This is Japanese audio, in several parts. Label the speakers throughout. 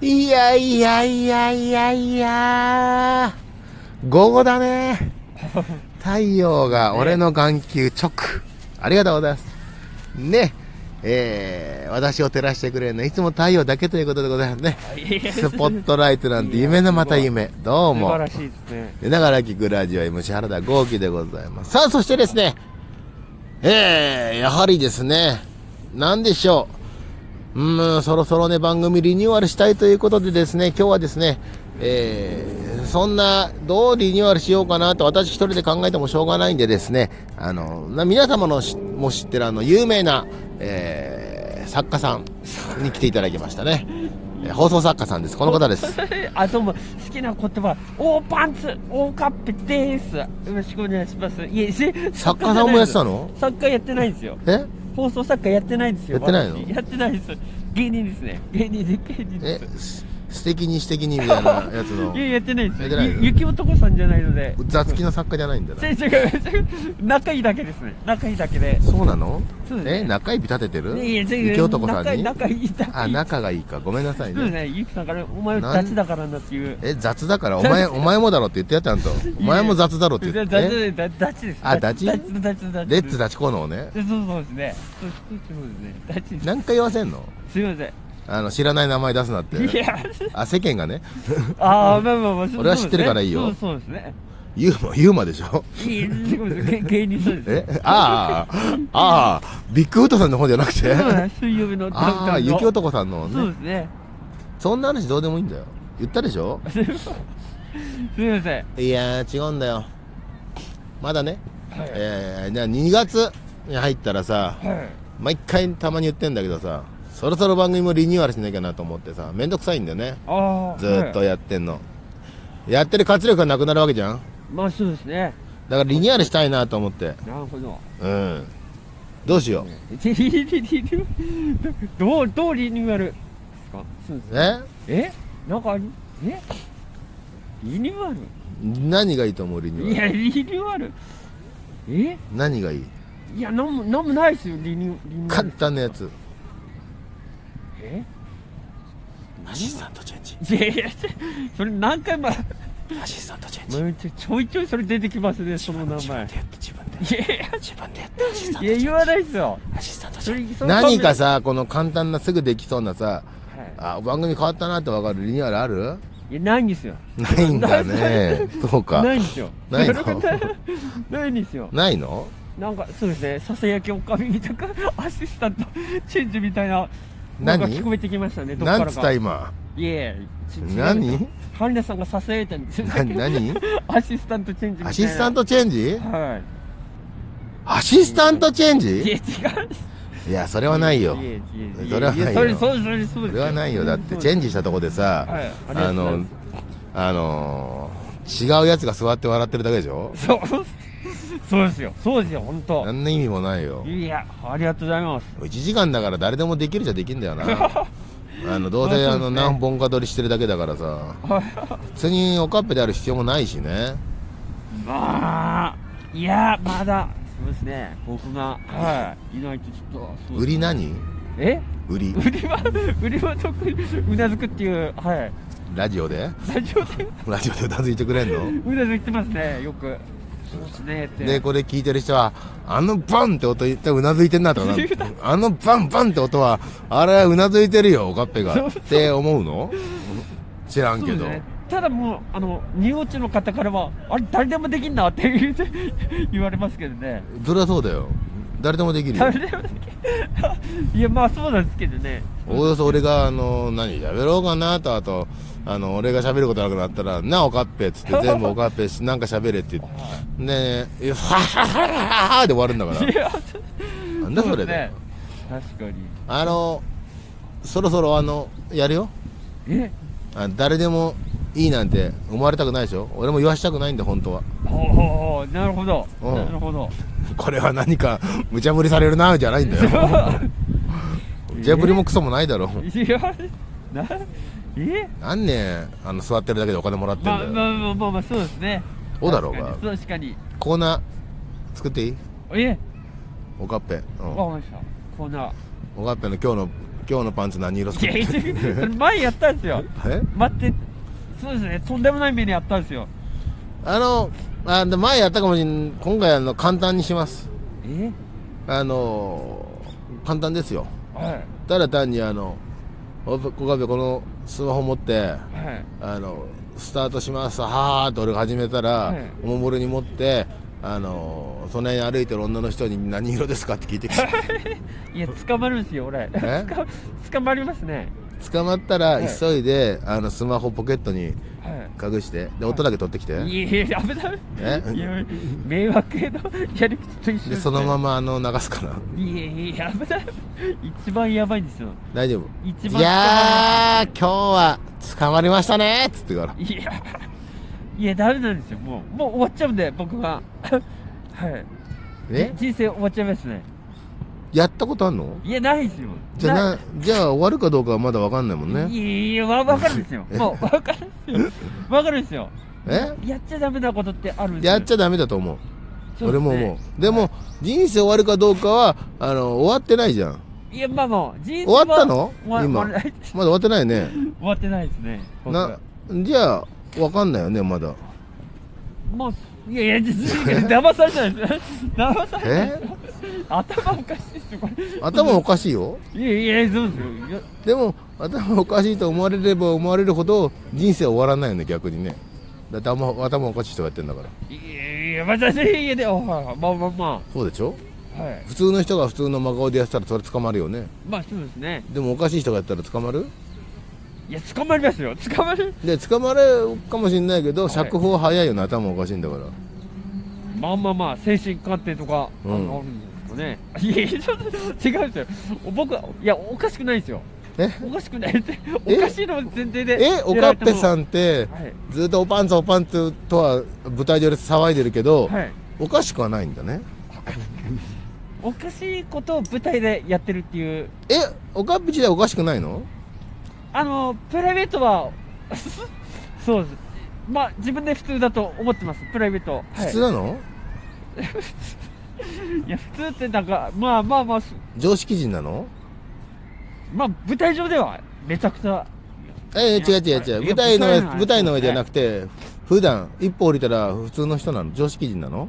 Speaker 1: いやいやいやいやいや午後だ ね太陽が俺の眼球直、ありがとうございますねえー私を照らしてくれるのはいつも太陽だけということでございますねスポットライトなんて夢のまた夢どう
Speaker 2: 素
Speaker 1: も
Speaker 2: 晴らしいですね。
Speaker 1: でながら聞くラジオ MC 原田豪輝でございます。さあ、そしてですね、えー、やはりですね、なんでしょう。うーん、そろそろね、番組リニューアルしたいということでですね、今日はですね、えー、そんな、どうリニューアルしようかなと私一人で考えてもしょうがないんでですね、あの、な皆様のしも知ってるあの、有名な、えー、作家さんに来ていただきましたね。えー放送作家さんです。この方 です。
Speaker 2: あ、どうも、好きな言葉、大パンツ、大カップです。よろしくお願いします。いえ、し
Speaker 1: 作家さんもやってたの
Speaker 2: 作家やってないんですよ。
Speaker 1: え
Speaker 2: 放送作家やってないんですよ。
Speaker 1: やってないの
Speaker 2: 私やってないです。芸人ですね。芸人で、芸人で
Speaker 1: え
Speaker 2: す。、
Speaker 1: す素敵に素敵にみたいなやつの
Speaker 2: いや、やってないです。
Speaker 1: やってないの
Speaker 2: ゆ雪男さんじゃないので。
Speaker 1: 雑きの作家じゃないんだな
Speaker 2: 違う違う違う仲いいだけですね。仲いいだけで。
Speaker 1: そうなの
Speaker 2: そうです
Speaker 1: え仲指立ててる
Speaker 2: いや違う
Speaker 1: 池男さんに
Speaker 2: 仲仲いいだけ。
Speaker 1: あ仲がいいかごめんなさい
Speaker 2: そうです
Speaker 1: ね
Speaker 2: ね。ゆきさんから、お前
Speaker 1: な
Speaker 2: は
Speaker 1: ん
Speaker 2: ガチだからなっていう。
Speaker 1: え雑だからお前お前もだろって言ってやったんとお前も雑だろって
Speaker 2: 雑
Speaker 1: 言って
Speaker 2: でダダチです。
Speaker 1: あダチ
Speaker 2: ダチダチダチ。
Speaker 1: レッツ立ちこのをね
Speaker 2: そうそうですね。そうそうですね。ダチです。
Speaker 1: 何回言わせんの
Speaker 2: すみません。
Speaker 1: あの知らない名前出すなって
Speaker 2: いや、
Speaker 1: あ世間がね
Speaker 2: ああ、まあまあまあ、そう
Speaker 1: 俺は知ってるからいいよ
Speaker 2: そうですね。
Speaker 1: ユーマユーマでしょ
Speaker 2: そうそうですね。いいすごいです芸芸人そうですね。
Speaker 1: えああああビッグウッドさんの方じゃなくて
Speaker 2: そうね。水曜日のダウン
Speaker 1: あ
Speaker 2: タ
Speaker 1: あ
Speaker 2: ウン
Speaker 1: 雪
Speaker 2: の。
Speaker 1: 男さんの
Speaker 2: そう
Speaker 1: ね
Speaker 2: ですね。
Speaker 1: そんな話どうでもいいんだよ言ったでしょ
Speaker 2: すみません。
Speaker 1: いやー違うんだよまだね、
Speaker 2: はい
Speaker 1: えーじゃあ2月に入ったらさ
Speaker 2: はい。
Speaker 1: 毎回たまに言ってんだけどさそろそろ番組もリニューアルしなきゃなと思ってさめんどくさいんだよね
Speaker 2: ああ。
Speaker 1: ずーっと
Speaker 2: はい。
Speaker 1: やってんの、やってる活力がなくなるわけじゃん
Speaker 2: まあそうですね。
Speaker 1: だからリニューアルしたいなと思って
Speaker 2: なるほど。
Speaker 1: うんどうしよう
Speaker 2: リリリリリどう、どうリニューアルですかそうですね。
Speaker 1: え
Speaker 2: えなんかあり、えリニューアル
Speaker 1: 何がいいと思うリニュ
Speaker 2: い
Speaker 1: ーアル
Speaker 2: や、リニューアル。え
Speaker 1: 何がいい
Speaker 2: いや、なんも、なんもないですよ、リニューリニューア
Speaker 1: 簡
Speaker 2: ル。
Speaker 1: 単なやつ
Speaker 2: え
Speaker 1: アシスタントチェンジ
Speaker 2: いやいや、それ何回も、
Speaker 1: アシスタントチェン
Speaker 2: まあちょちょいちょいそれ出てきますね、その名前。
Speaker 1: やって自分で
Speaker 2: いやいや
Speaker 1: 自分でやってアシス
Speaker 2: いや、言わないですよ。
Speaker 1: アシスタント
Speaker 2: それその
Speaker 1: 何か
Speaker 2: は
Speaker 1: さこの簡単なすぐできそうなさ
Speaker 2: い
Speaker 1: あ番組変わったなって分かるリニューアルある
Speaker 2: いや、ないんですよ。
Speaker 1: ないんだねそうか
Speaker 2: ないんですよ。
Speaker 1: ないの
Speaker 2: それがないんですよ。
Speaker 1: ないの
Speaker 2: なんか、そうですね、ささやきおか みみたいな、アシスタント、チェンジみたいな、なん
Speaker 1: 何
Speaker 2: か聞こえてきましたね、どっか
Speaker 1: な
Speaker 2: ら
Speaker 1: んつった
Speaker 2: か。
Speaker 1: 今
Speaker 2: いやいや、ち
Speaker 1: 何
Speaker 2: 春菜さんがささやいたんですよ。
Speaker 1: 何何
Speaker 2: アシスタントチェンジみたいな。
Speaker 1: アシスタントチェンジ
Speaker 2: は
Speaker 1: アシスタントチェン
Speaker 2: い。いや、
Speaker 1: ジ
Speaker 2: 違う。
Speaker 1: いやそれはないよ
Speaker 2: いやいやいや
Speaker 1: それはないよ
Speaker 2: やそれ、それ、それ、そう
Speaker 1: そ
Speaker 2: です
Speaker 1: れはないよだってチェンジしたとこでさ
Speaker 2: はい
Speaker 1: あ
Speaker 2: ありがとう
Speaker 1: の
Speaker 2: ござい
Speaker 1: あの違うやつが座って笑ってるだけでしょ
Speaker 2: そう。そうですよ。そうですよ、本当。
Speaker 1: 何の意味もないよ
Speaker 2: いや、ありがとうございます。
Speaker 1: 1時間だから誰でもできるじゃできんだよ なあのどう
Speaker 2: まあそう
Speaker 1: せ
Speaker 2: ですね
Speaker 1: あの何本か撮りしてるだけだからさ
Speaker 2: は
Speaker 1: 普
Speaker 2: い
Speaker 1: 通におかっぺである必要もないしね
Speaker 2: まあ、いや、まだ、そうですね、僕が、はい、いないとちょっと、そう
Speaker 1: 売り何
Speaker 2: え
Speaker 1: 売り
Speaker 2: 売りは、売りは特に、うなずくっていう、はい。
Speaker 1: ラジオで
Speaker 2: ラジオで、
Speaker 1: ラジオでうなずいてくれんの
Speaker 2: うなずいてますね、よく。そうですね、って。
Speaker 1: でこれ聞いてる人はあのバンって音言ってうなずいてんなとかなあのバンバンって音はあれはうなずいてるよおかっぺが
Speaker 2: そう
Speaker 1: っ
Speaker 2: そう
Speaker 1: て思うの知らん
Speaker 2: そう
Speaker 1: け
Speaker 2: です
Speaker 1: ど、
Speaker 2: ね、ただもう、あの、ニオチの方からは、あれ、誰でもできんなって言うて言われますけどね。
Speaker 1: それはそうだよ誰でもできるよ
Speaker 2: 誰でもでき ん。いや、まあ、そうなんですけどね。
Speaker 1: おおよそ俺が、あの、何、喋ろうかなと、あと、あの、俺が喋ることなくなったら、なあ、おかっぺっつって、全部おかっぺし、なんか喋れって言って、ねえ、いやはっはっはっはっはで終わるんだか
Speaker 2: いや、
Speaker 1: ら。 なんだそれで。
Speaker 2: ね。確かに。
Speaker 1: あの、そろそろあの、やるよ。
Speaker 2: え
Speaker 1: あ誰でもいいなんて思われたくないでしょ俺も言わしたくないんで、本当は。
Speaker 2: おおなるほど、
Speaker 1: うん
Speaker 2: なるほ ど
Speaker 1: これは何か、無茶ぶりされるな、じゃないんだよ。無茶ぶりもクソもないだろ。
Speaker 2: いやなえ
Speaker 1: なんねあの、座ってるだけでお金もらってんだ
Speaker 2: まあ
Speaker 1: よ。
Speaker 2: まあまあまあまあそうですね
Speaker 1: そうだろうが
Speaker 2: 確かに確かに
Speaker 1: コーナー、作っていい
Speaker 2: え
Speaker 1: おかっぺ。うん
Speaker 2: わかりましたコーナー
Speaker 1: おかっぺの今日の今日のパンツ何色です
Speaker 2: い
Speaker 1: か
Speaker 2: や一応それ前やったんですよ
Speaker 1: え
Speaker 2: 待ってそうですねとんでもない目にやったんですよ
Speaker 1: あの、あで前やったかもしれん、今回あの、簡単にします。
Speaker 2: え
Speaker 1: あの、簡単ですよ。
Speaker 2: は
Speaker 1: ただ単にあの、お小壁このスマホ持って、
Speaker 2: いはい
Speaker 1: あの、スタートします、はーって俺が始めたら、
Speaker 2: はい
Speaker 1: おもむろに持って、あの、その辺歩いてる女の人に何色ですかって聞いてき た。
Speaker 2: いや捕まるんですよ俺
Speaker 1: え
Speaker 2: 捕捕まりますね
Speaker 1: 捕まったら
Speaker 2: はい
Speaker 1: 急いで、あの、スマホポケットに
Speaker 2: は
Speaker 1: 隠して、で、音だけ取ってきて。
Speaker 2: いいやいや危ない
Speaker 1: え
Speaker 2: いや迷惑系のやり口と一緒すね
Speaker 1: で、そのままあの、流すから。
Speaker 2: いやいや危ない一番やばいんですよ
Speaker 1: 大丈夫。
Speaker 2: 一番
Speaker 1: いやー、今日は捕まりましたねっつってから。
Speaker 2: いやいやダメなんですよもうもう終わっちゃうんで僕ははい
Speaker 1: え
Speaker 2: 人生終わっちゃいますね
Speaker 1: やったことあんの
Speaker 2: いやないですよ
Speaker 1: じゃあな、じゃあ終わるかどうかはまだわかんないもん
Speaker 2: な
Speaker 1: ね。
Speaker 2: いやいやわ分かるんですよもう分かるんですよ分かるんですよ
Speaker 1: え
Speaker 2: やっちゃダメなことってあるんですよ
Speaker 1: やっちゃダメだと思う。
Speaker 2: そうで
Speaker 1: 俺
Speaker 2: すね
Speaker 1: も思う。でも、人生終わるかどうかは、あの、終わってないじゃん。
Speaker 2: いやまあもう人生は
Speaker 1: 終わったの
Speaker 2: 終
Speaker 1: 今。
Speaker 2: わ終
Speaker 1: ま
Speaker 2: わ
Speaker 1: だ
Speaker 2: らない
Speaker 1: 終わってない ね。
Speaker 2: 終わってないですね僕
Speaker 1: な、じゃあ、わかんないよね、まだ。
Speaker 2: もういやいや実に騙されてないです騙されてない
Speaker 1: え
Speaker 2: 頭おかしいですよこれ
Speaker 1: 頭おかしいよ。
Speaker 2: いやいやそうですよいや
Speaker 1: でも、頭おかしいと思われれば思われるほど、人生終わらないよね、逆にね。だってあんま頭おかしい人がやってんだから。
Speaker 2: いやいや、私家で、おはいはいまあまあま
Speaker 1: そうでしょ
Speaker 2: あ、はい。
Speaker 1: 普通の人が普通の真顔でやってたらそれ捕まるよね
Speaker 2: まあそうですね。
Speaker 1: でもおかしい人がやったら捕まる
Speaker 2: いや、捕まりますよ。捕まる。
Speaker 1: で捕まるかもしれないけど
Speaker 2: はい
Speaker 1: 釈放早いよね頭おかしいんだから
Speaker 2: まあまあまあ、精神鑑定とか、
Speaker 1: う
Speaker 2: あ
Speaker 1: ん
Speaker 2: のあるんですかね。いやいや、ちょっと違うんですよ。僕は、いや、おかしくないですよ。
Speaker 1: え
Speaker 2: おかしくないって、お
Speaker 1: え
Speaker 2: かしいの前提で。
Speaker 1: えおかっぺさんって
Speaker 2: んはい。
Speaker 1: ずっとおパンツおパンツとは舞台上で騒いでるけど、
Speaker 2: はい。
Speaker 1: おかしくはないんだね
Speaker 2: おかしいことを舞台でやってるっていう、
Speaker 1: えおかっぺ自体おかしくないの
Speaker 2: あの、プライベートは、 そうです。まあ、自分で普通だと思ってます、プライベート。はい
Speaker 1: 普通なの、
Speaker 2: いや、普通ってなんか、まあまあまあ、
Speaker 1: 常識人なの
Speaker 2: まあ、舞台上ではめちゃくちゃ、
Speaker 1: ええ
Speaker 2: いや
Speaker 1: 違う違う
Speaker 2: い
Speaker 1: 違
Speaker 2: や
Speaker 1: う舞台の
Speaker 2: 舞台の話
Speaker 1: 舞台の上じゃなくて普段一歩降りたら普通の人なの常識人なの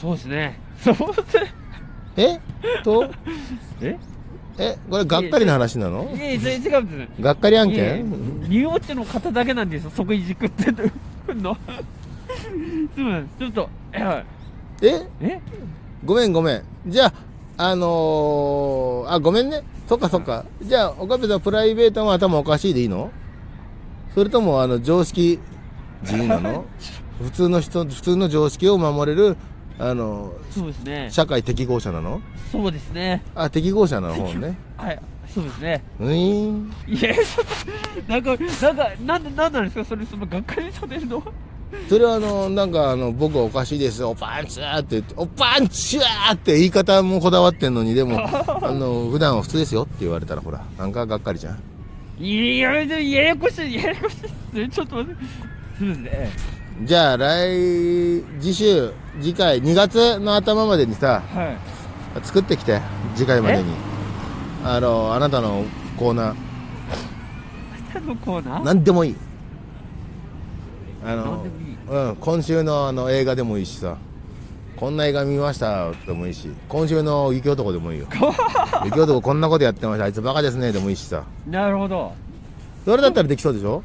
Speaker 2: そうですね。そうですね。
Speaker 1: えと
Speaker 2: え
Speaker 1: えこれがっかりの話なの
Speaker 2: いやいや、違うんです。
Speaker 1: がっかり案
Speaker 2: いやいや
Speaker 1: 件
Speaker 2: ニューオチの方だけなんですよ、そこいじくって の。そうなんです。ちょっと、えはい
Speaker 1: え
Speaker 2: え
Speaker 1: ごめんごめんじゃああのー、あごめんねそっかそっかじゃあ岡部さんプライベートも頭おかしいでいいのそれともあの常識人なの普通の人普通の常識を守れるあの
Speaker 2: そうですね。
Speaker 1: 社会適合者なの
Speaker 2: そうですね。
Speaker 1: あ適合者の方ね
Speaker 2: はい。そうですね。
Speaker 1: ういん
Speaker 2: いや、 なんか、なんか、なんで、なんなんですかそれ、その、がっかりされるの
Speaker 1: それはあのなんかあの僕はおかしいですおパンチャーって言っておパンチャーって言い方もこだわってんのにでも あの普段は普通ですよって言われたらほらなんかがっかりじゃん
Speaker 2: いや、やめて、ややこしい、ややこしいっすね。ちょっと待って。そうですね。
Speaker 1: じゃあ来次週次回2月の頭までにさ
Speaker 2: はい。
Speaker 1: 作ってきて次回までにあのあなたのコーナ
Speaker 2: あのコーナー
Speaker 1: ー何でもいいあ
Speaker 2: 何
Speaker 1: の
Speaker 2: でもいい
Speaker 1: うん今週のあの映画でもいいしさこんな映画見ましたでもいいし今週の雪男でもい いよ雪男こんなことやってましたあいつバカですねでもいいしさ
Speaker 2: なるほど。
Speaker 1: それだったらできそうでしょ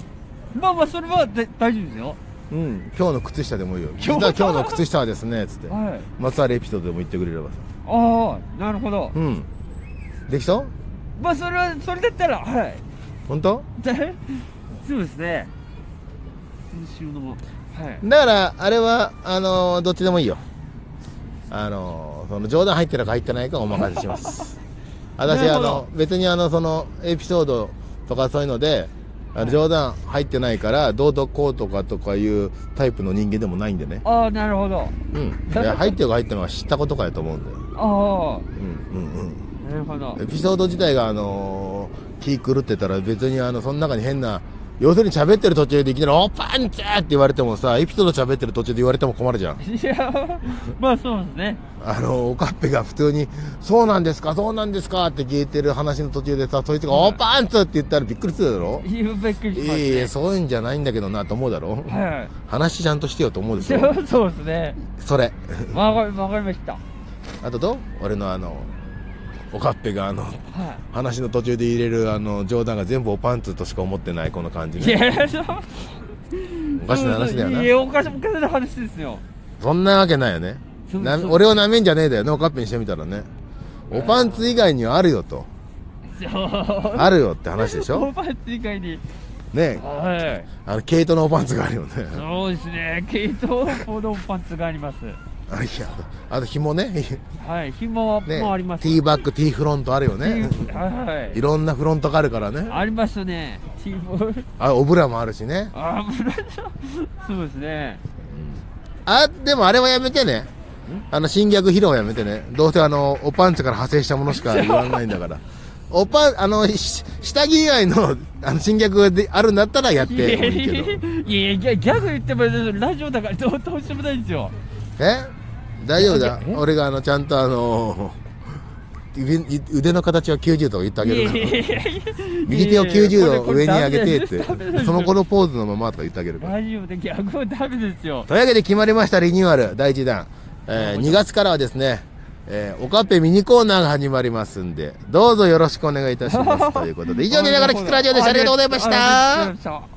Speaker 2: まあまあ、それはで大丈夫ですよ。
Speaker 1: うん今日の靴下でもいいよ実
Speaker 2: 今
Speaker 1: は
Speaker 2: 日
Speaker 1: 今日の靴下はですねつって
Speaker 2: はい。
Speaker 1: 松原エピソードでも言ってくれればさ
Speaker 2: ああ、なるほど。
Speaker 1: うんできそう
Speaker 2: まあ、それは、それだったら、はい。
Speaker 1: 本当
Speaker 2: でそうですね。先週の、はい。
Speaker 1: だからあれはあのーどっちでもいいよあのーその冗談入ってるか入ってないかお任せします私
Speaker 2: な
Speaker 1: あ
Speaker 2: るほど
Speaker 1: の別にあのそのエピソードとかそういうのであの冗談入ってないからどうとこうとかとかいうタイプの人間でもないんでね
Speaker 2: ああ、なるほど。
Speaker 1: うんいや入ってるか入ってないかは知ったことかやと思うんだよ
Speaker 2: あ
Speaker 1: うんうんうん
Speaker 2: あ、なるほど
Speaker 1: エ。ピソード自体があのー気狂ってたら別にあのその中に変な要するに喋ってる途中でいきなり、おパンチャーって言われてもさ、エピソード喋ってる途中で言われても困るじゃん。
Speaker 2: いや、まあそうですね。
Speaker 1: あの、おかっぺが普通に、そうなんですか、そうなんですかって聞いてる話の途中でさ、そいつが、
Speaker 2: はい
Speaker 1: おパンツって言ったらびっくりするだろ
Speaker 2: いやびっくりし
Speaker 1: い
Speaker 2: ま
Speaker 1: えいえ、
Speaker 2: し
Speaker 1: そういうんじゃないんだけどなと思うだろ
Speaker 2: たね。は
Speaker 1: 話ちゃんとしてよと思うで
Speaker 2: い。
Speaker 1: し
Speaker 2: そ
Speaker 1: ょ
Speaker 2: うそうですね。
Speaker 1: それ。
Speaker 2: わかり、わかりました。
Speaker 1: あとどう俺のあの、おかっぺがあの、
Speaker 2: は
Speaker 1: 話の途中で入れるあの冗談が全部おパンツとしか思ってないこの感じ
Speaker 2: い。い
Speaker 1: ね
Speaker 2: や、そう。
Speaker 1: おかしな話だよない
Speaker 2: や、おかし、おかしな話ですよ。
Speaker 1: そんなわけないよね
Speaker 2: そう
Speaker 1: な
Speaker 2: そう
Speaker 1: 俺をなめんじゃねえだよねおかっぺにしてみたらねおパンツ以外にはあるよと
Speaker 2: そう。
Speaker 1: あるよって話でし
Speaker 2: オ
Speaker 1: ょ
Speaker 2: ーバーツ以外に。
Speaker 1: ね
Speaker 2: はい。
Speaker 1: あの毛糸のおパンツがあるよね
Speaker 2: そうですね。系統ポドパンツがあります。
Speaker 1: あいやあと紐ね
Speaker 2: はい。紐は
Speaker 1: ね
Speaker 2: もうあります。
Speaker 1: ティーバックティーフロントあるよね
Speaker 2: はい
Speaker 1: い。ろんなフロントがあるからね
Speaker 2: ありますね。ティーボール。
Speaker 1: あオブラもあるしね
Speaker 2: あ、ブラジルそうですね。
Speaker 1: あでもあれはやめてねあの侵略披露はやめてねどうせあのおパンツから派生したものしか言わないんだ からおパンあのし下着以外のあの侵略がであるんだったらやっ
Speaker 2: いや
Speaker 1: て
Speaker 2: いや
Speaker 1: もいい
Speaker 2: い
Speaker 1: けど
Speaker 2: やいやギャギャグ言ってもラジオだからどうどうしようもないんですよ
Speaker 1: え大丈夫だ
Speaker 2: いやえ
Speaker 1: 俺があのちゃんとあの 腕腕の形を90度言ってあ
Speaker 2: い
Speaker 1: げ
Speaker 2: やい
Speaker 1: る
Speaker 2: や
Speaker 1: から
Speaker 2: いやいや
Speaker 1: 右手を90度上に上げてっ
Speaker 2: これこれダメです
Speaker 1: てその子のポーズのままとか言ってあげるから
Speaker 2: ラジオでギャグはダメですよ
Speaker 1: というわけで決まりましたリニューアル第1弾、えー2月からはですね、えー、おかっぺミニコーナーが始まります んでどうぞよろしくお願いいたしますということで以上でながら聞くラジオでしたありがとうございました
Speaker 2: ありがとうございました